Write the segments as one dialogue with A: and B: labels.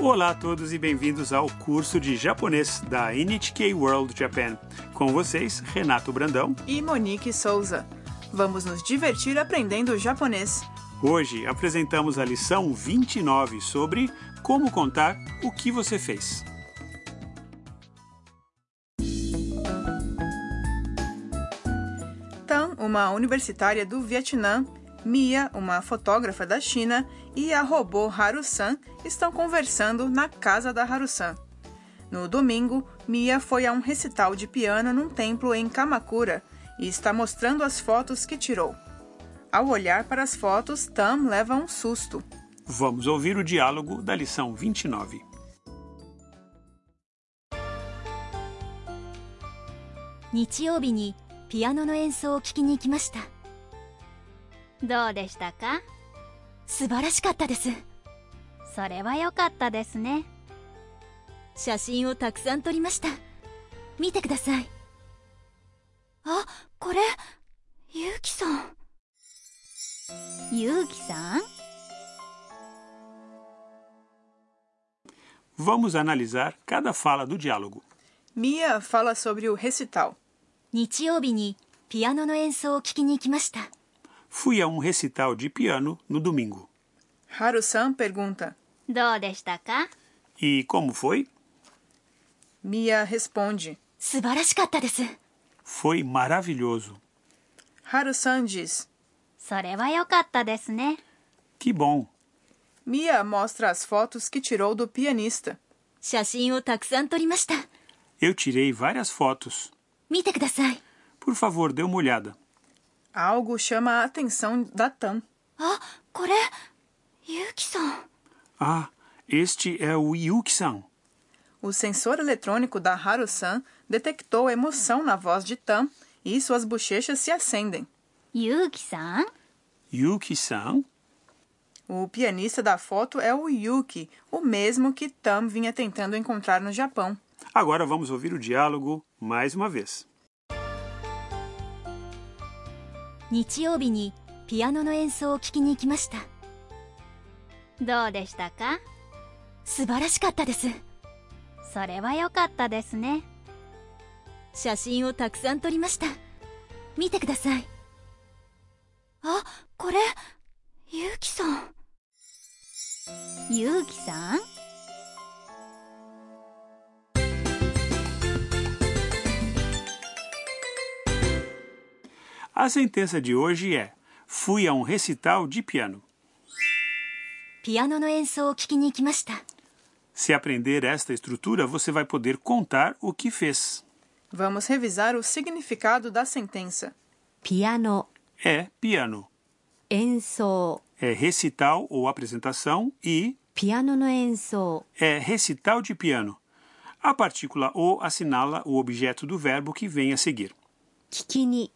A: Olá a todos e bem-vindos ao curso de japonês da NHK World Japan. Com vocês, Renato Brandão.
B: E Monique Souza. Vamos nos divertir aprendendo japonês.
A: Hoje apresentamos a lição 29 sobre como contar o que você fez.
B: Tan, uma universitária do Vietnã, Mia, uma fotógrafa da China, e a robô Haru-san estão conversando na casa da Haru-san. No domingo, Mia foi a um recital de piano num templo em Kamakura e está mostrando as fotos que tirou. Ao olhar para as fotos, Tam leva um susto.
A: Vamos ouvir o diálogo da lição 29.
C: 日曜日にピアノの演奏を聴きに行きました
D: どうでしたか
C: 素晴らしかったです
D: それは良かったですね
C: 写真をたくさん撮りました見てくださいあこれゆうきさん
D: ゆうきさん
A: Vamos analisar cada fala do diálogo.
B: Mia fala sobre o recital.
C: 日曜日にピアノの演奏を聴きに行きました
A: Fui a um recital de piano no domingo.
B: Haru-san pergunta.
D: どうでしたか
A: E como foi?
B: Mia responde.
C: 素晴らしかったです
A: Foi maravilhoso.
B: Haru-san diz.
D: それは良かったですね
A: Que bom.
B: Mia mostra as fotos que tirou do pianista.
C: 写真をたくさん撮りました
A: Eu tirei várias fotos.
C: 見てください
A: Por favor, dê uma olhada.
B: Algo chama a atenção da Tam.
C: あこれゆうきさん
A: Ah, este é o Yuki-san.
B: O sensor eletrônico da Haru-san detectou emoção na voz de Tam e suas bochechas se acendem.
D: ゆうきさん
A: Yuki-san?
B: O pianista da foto é o Yuki, o mesmo que Tam vinha tentando encontrar no Japão.
A: Agora vamos ouvir o diálogo mais uma vez.
C: 日曜日にピアノの演奏を聴きに行きました
D: どうでしたか
C: 素晴らしかったです
D: それは良かったですね
C: 写真をたくさん撮りました見てくださいあこれゆうきさん
D: ゆうきさん
A: A sentença de hoje é: Fui a um recital de piano.
C: ピアノの演奏を聴きに行きました
A: Se aprender esta estrutura, você vai poder contar o que fez.
B: Vamos revisar o significado da sentença.
E: ピアノ
A: É piano.
E: 演奏
A: É recital ou apresentação e
E: ピアノの演奏
A: é recital de piano. A partícula o assinala o objeto do verbo que vem a seguir.
E: 聞きに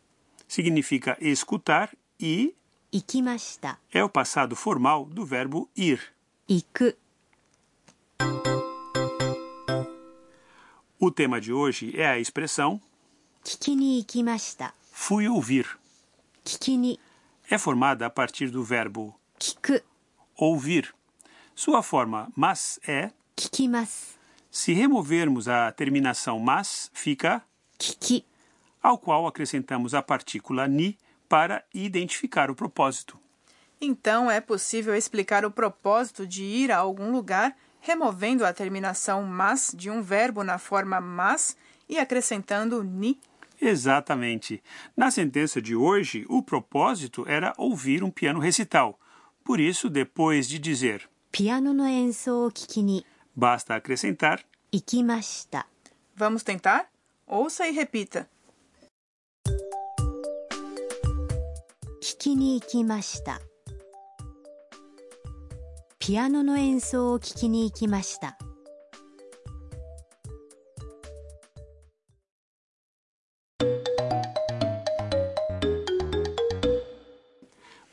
A: Significa escutar e
E: 行きました
A: é o passado formal do verbo ir.
E: 行く
A: O tema de hoje é a expressão
E: 聞きに行きました
A: fui ouvir.
E: 聞きに
A: É formada a partir do verbo
E: 聞く
A: ouvir. Sua forma mas é
E: 聞きます
A: Se removermos a terminação mas, fica
E: 聞き
A: ao qual acrescentamos a partícula ni para identificar o propósito.
B: Então é possível explicar o propósito de ir a algum lugar removendo a terminação mas de um verbo na forma mas e acrescentando ni.
A: Exatamente. Na sentença de hoje, o propósito era ouvir um piano recital. Por isso, depois de dizer
E: ピアノの演奏を聞きに
A: basta acrescentar
E: 行きました
B: Vamos tentar? Ouça e repita.
E: 聞きに行きましたピアノの演奏を聞きに行きました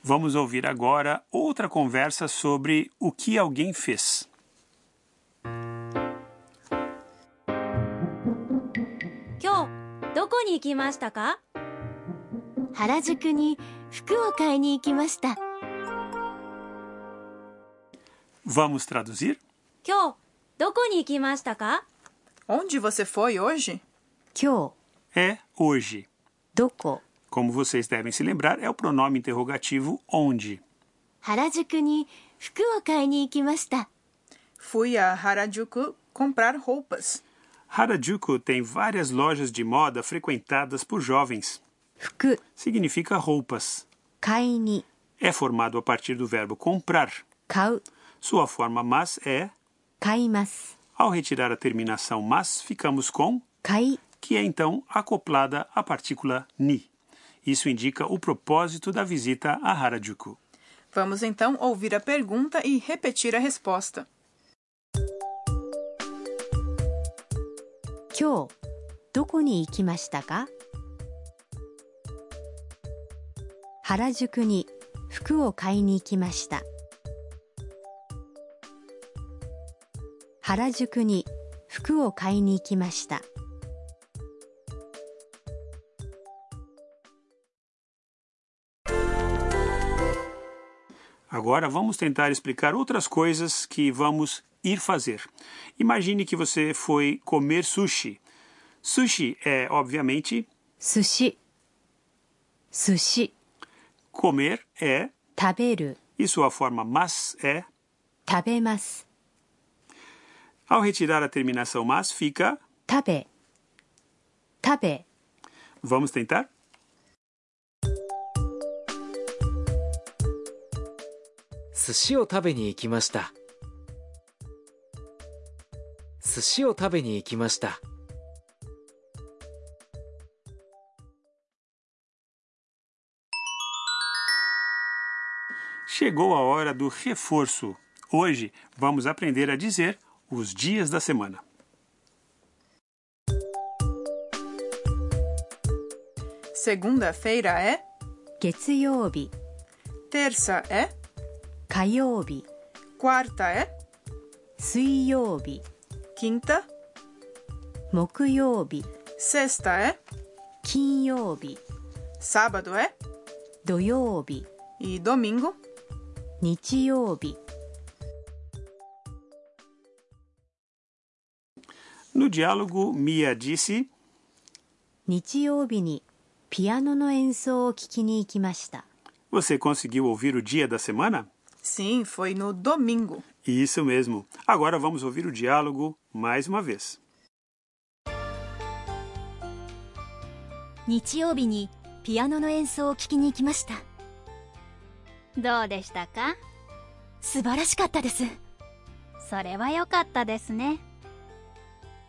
A: Vamos ouvir agora outra conversa sobre o que alguém fez.
F: 今日どこに行きましたか
C: 原宿に服を買いに行きました
A: Vamos traduzir?
F: 今日どこに行きましたか
B: Onde você foi hoje?
E: 今日、
A: É hoje.
E: どこ、
A: Como vocês devem se lembrar, é o pronome interrogativo onde.
C: 原宿に服を買いに行きました
B: Fui a Harajuku comprar roupas.
A: Harajuku tem várias lojas de moda frequentadas por jovens.
E: 服、
A: Significa roupas.
E: 買いに、
A: É formado a partir do verbo comprar.
E: 買う、
A: Sua forma mas é.
E: 買います、
A: Ao retirar a terminação mas, ficamos com
E: 買い、
A: que é então acoplada à partícula ni. Isso indica o propósito da visita a Harajuku.
B: Vamos então ouvir a pergunta e repetir a resposta.
E: 今日、どこに行きましたか原宿に服を買いに行きました。原宿に服を買いに行きました。
A: Agora vamos tentar explicar outras coisas que vamos ir fazer. Imagine que você foi comer sushi. Sushi é, obviamente,
E: 寿司、寿司、
A: comer é
E: 食べる、
A: e sua forma mas é.
E: 食べます、
A: Ao retirar a terminação mas fica.
E: 食べ、食べ、
A: Vamos tentar?
G: 寿司を食べに行きました寿司を食べに行きました
A: Chegou a hora do reforço. Hoje vamos aprender a dizer os dias da semana.
B: Segunda-feira é,
E: 月曜日、
B: terça é,
E: 火曜日、
B: quarta é,
E: 水曜日、
B: quinta,
E: 木曜日、
B: sexta é,
E: 金曜日、
B: sábado é
E: 土曜日、
B: e domingo.
E: 日曜日、
A: No diálogo, Mia disse:
E: 日曜日にピアノの演奏を聞きに行きました。
A: Você conseguiu ouvir o dia da semana?
B: Sim, foi no domingo.
A: Isso mesmo. Agora vamos ouvir o diálogo mais uma vez.
C: 日曜日にピアノの演奏を聴きに行きました
D: どうでしたか
C: 素晴らしかったです
D: それは良かったですね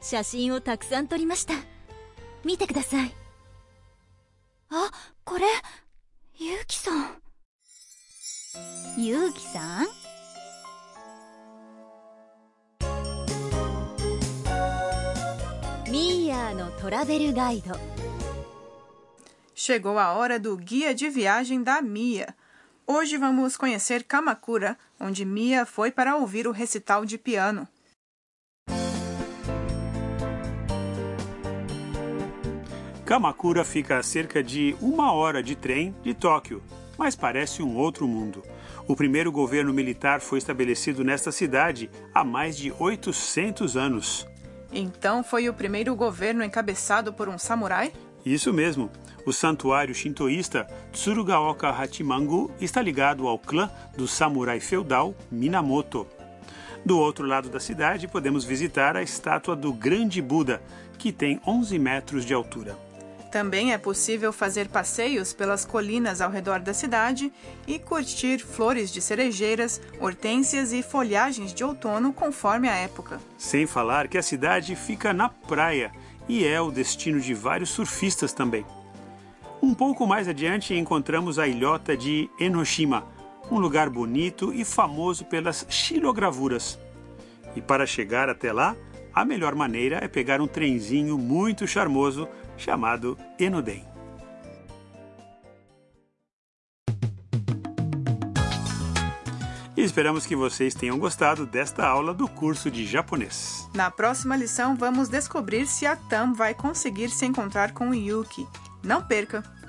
C: 写真をたくさん撮りました見てくださいあこれゆうきさん
D: ゆうきさん
C: ミーヤーのトラベルガイド
B: Chegou a hora do guia de viagem da Mia. Hoje vamos conhecer Kamakura, onde Mia foi para ouvir o recital de piano.
A: Kamakura fica a cerca de uma hora de trem de Tóquio, mas parece um outro mundo. O primeiro governo militar foi estabelecido nesta cidade há mais de 800 anos.
B: Então foi o primeiro governo encabeçado por um samurai?
A: Isso mesmo, o santuário shintoísta Tsurugaoka Hachimangu está ligado ao clã do samurai feudal Minamoto. Do outro lado da cidade, podemos visitar a estátua do Grande Buda, que tem 11 metros de altura.
B: Também é possível fazer passeios pelas colinas ao redor da cidade e curtir flores de cerejeiras, hortênsias e folhagens de outono conforme a época.
A: Sem falar que a cidade fica na praia e é o destino de vários surfistas também. Um pouco mais adiante encontramos a ilhota de Enoshima, um lugar bonito e famoso pelas xilogravuras. E para chegar até lá, a melhor maneira é pegar um trenzinho muito charmoso chamado Enoden. E esperamos que vocês tenham gostado desta aula do curso de japonês.
B: Na próxima lição, vamos descobrir se a Tam vai conseguir se encontrar com o Yuki. Não perca!